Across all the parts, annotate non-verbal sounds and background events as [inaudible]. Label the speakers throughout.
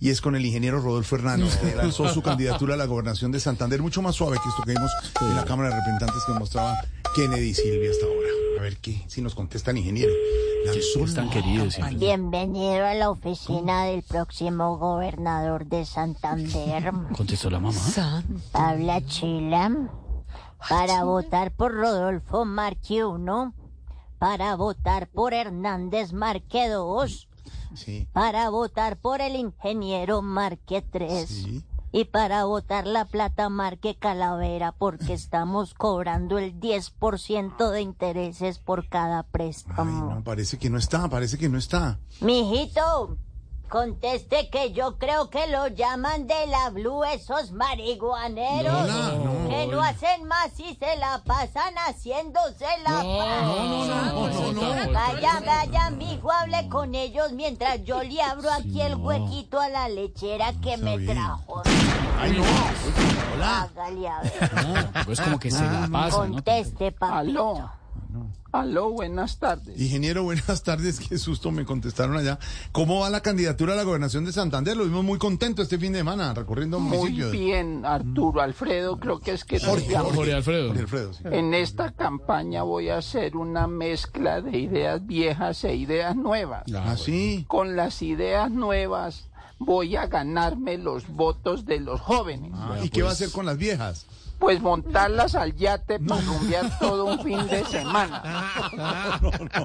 Speaker 1: y es con el ingeniero Rodolfo Hernández, que lanzó su candidatura a la gobernación de Santander, mucho más suave que esto que vimos en la Cámara de Representantes que mostraba Kennedy Silvia hasta ahora. A ver qué, si nos contesta el ingeniero. Lanzó
Speaker 2: Es tan
Speaker 1: la
Speaker 2: querido siempre.
Speaker 3: Bienvenido a la oficina del próximo gobernador de Santander,
Speaker 2: Contestó la mamá.
Speaker 3: Pabla Chila, para votar por Rodolfo Marque 1, para votar por Hernández Marque 2,
Speaker 1: Sí,
Speaker 3: para votar por el ingeniero Marque 3.
Speaker 1: sí.
Speaker 3: Y para votar la plata marque Calavera porque estamos cobrando el 10% de intereses por cada
Speaker 1: Ay, no,
Speaker 3: préstamo.
Speaker 1: parece que no está, parece que no está.
Speaker 3: Mijito, conteste que yo creo que lo llaman de la Blue esos marihuaneros
Speaker 1: Lola, no.
Speaker 3: que no hacen más y se la pasan haciéndose la paz.
Speaker 1: no, no, no.
Speaker 3: Vaya, vaya, mijo, hable con ellos mientras yo le abro aquí el huequito a la lechera que
Speaker 1: Está
Speaker 3: me
Speaker 1: bien.
Speaker 3: trajo.
Speaker 1: Ay, no. Hola.
Speaker 3: Hágale a
Speaker 1: [laughs]
Speaker 3: ver.
Speaker 2: No, pues como que se la pasa, ¿no?
Speaker 3: Conteste, papito.
Speaker 4: Aló. Aló, buenas tardes.
Speaker 1: Ingeniero, buenas tardes. Qué susto me contestaron allá. ¿Cómo va la candidatura a la gobernación de Santander? Lo vimos muy contento este fin de semana, recorriendo
Speaker 4: Muy
Speaker 1: municipios.
Speaker 4: bien, Arturo Alfredo, creo que es que nos
Speaker 1: Jorge,
Speaker 4: llama.
Speaker 2: Jorge Alfredo.
Speaker 1: Jorge Alfredo, sí.
Speaker 4: En esta campaña voy a hacer una mezcla de ideas viejas e ideas nuevas.
Speaker 1: Ah, sí.
Speaker 4: Con las ideas nuevas voy a ganarme los votos de los jóvenes.
Speaker 1: Ah, ¿Y qué va a hacer con las viejas?
Speaker 4: Pues montarlas al yate para rumbear todo un fin de semana.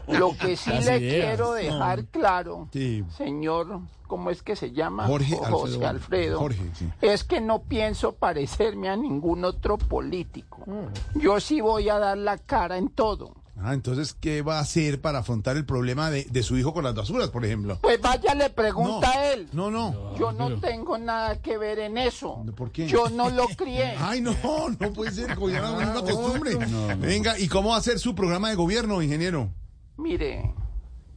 Speaker 4: Lo que sí
Speaker 2: Las
Speaker 4: le
Speaker 2: ideas,
Speaker 4: quiero dejar claro,
Speaker 1: Sí.
Speaker 4: señor, ¿cómo es que se llama?
Speaker 1: Jorge
Speaker 4: Jo-
Speaker 1: Alfredo.
Speaker 4: José Alfredo.
Speaker 1: Jorge, sí.
Speaker 4: Es que no pienso parecerme a ningún otro político.
Speaker 1: Mm.
Speaker 4: Yo sí voy a dar la cara en todo.
Speaker 1: Ah, entonces, ¿qué va a hacer para afrontar el problema de, de su hijo con las basuras, por ejemplo?
Speaker 4: Pues vaya, le pregunta
Speaker 1: no,
Speaker 4: a él.
Speaker 1: No, no.
Speaker 4: Yo no tengo nada que ver en eso.
Speaker 1: ¿Por qué?
Speaker 4: Yo
Speaker 1: [laughs]
Speaker 4: no lo crié. Ah,
Speaker 1: Ay, no, no puede ser, como ya no es una costumbre. Venga, ¿y cómo va a ser su programa de gobierno, ingeniero?
Speaker 4: Mire,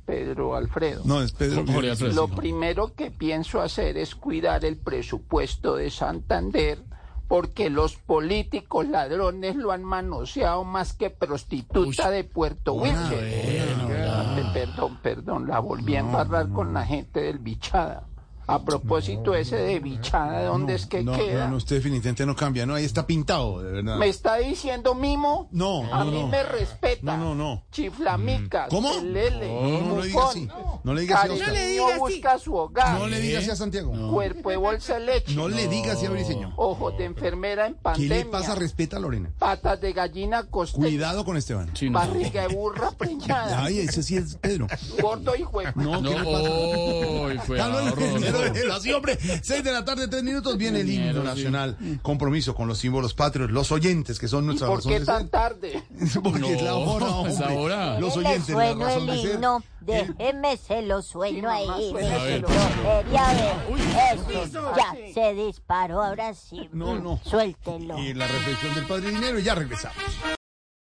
Speaker 4: Pedro Alfredo.
Speaker 1: No, es Pedro.
Speaker 2: Jorge
Speaker 1: Pérez.
Speaker 2: Alfredo.
Speaker 4: Lo primero que pienso hacer es cuidar el presupuesto de Santander porque los políticos ladrones lo han manoseado más que prostituta de Puerto
Speaker 2: Ah,
Speaker 4: Wilches. Eh, Perdón, perdón, la volví a embarrar con la gente del Bichada. A propósito ese de Bichada, ¿dónde es que
Speaker 1: no,
Speaker 4: queda?
Speaker 1: no, no, usted definitivamente no cambia, no, ahí está pintado, de verdad.
Speaker 4: ¿Me está diciendo mimo?
Speaker 1: No, no,
Speaker 4: A mí
Speaker 1: no.
Speaker 4: me respeta.
Speaker 1: No, no, no. Mm.
Speaker 4: Chiflamica,
Speaker 1: ¿Cómo?
Speaker 4: telele,
Speaker 1: No, no le diga
Speaker 4: bufón.
Speaker 1: así. No le diga así a usted.
Speaker 4: Cariño busca su hogar.
Speaker 1: No le diga así a Santiago. No,
Speaker 4: Cuerpo de bolsa de leche.
Speaker 1: le diga así a Briseño.
Speaker 4: Ojos de enfermera en
Speaker 1: ¿Qué
Speaker 4: Oh, pandemia.
Speaker 1: le pasa? Respeta a Lorena.
Speaker 4: Patas de gallina costeña.
Speaker 1: Cuidado con Esteban.
Speaker 2: Sí, no.
Speaker 4: Barriga de burra preñada.
Speaker 1: Ay, ese sí es Pedro.
Speaker 4: Gordo y juez.
Speaker 1: No,
Speaker 2: No,
Speaker 1: ¿qué le pasa?
Speaker 2: hoy fue
Speaker 1: Carlos, el primero
Speaker 2: ahorroso.
Speaker 1: de enero. Así, hombre. Seis de la tarde, tres minutos. Viene el himno
Speaker 2: Enero, sí.
Speaker 1: nacional. Compromiso con los símbolos patrios, los oyentes, que son
Speaker 4: ¿Y
Speaker 1: nuestra
Speaker 4: por
Speaker 1: razón
Speaker 4: qué
Speaker 1: de
Speaker 4: tan
Speaker 1: ser. [laughs]
Speaker 4: tarde?
Speaker 1: Porque es la hora,
Speaker 2: No, es
Speaker 1: hombre.
Speaker 2: ahora.
Speaker 1: Los
Speaker 3: le
Speaker 1: oyentes, la
Speaker 3: sueno
Speaker 1: razón
Speaker 3: el
Speaker 1: de ser. ¿Eh?
Speaker 3: himno, déjeme se lo sueno
Speaker 4: Sí, mamá,
Speaker 3: ahí.
Speaker 4: suéneselo.
Speaker 3: Yo quería ver
Speaker 2: Uy,
Speaker 3: eso. Ya
Speaker 4: sí.
Speaker 3: se disparó, ahora sí.
Speaker 1: No, no.
Speaker 3: Suéltelo.
Speaker 1: Y la reflexión del padre dinero, y ya regresamos.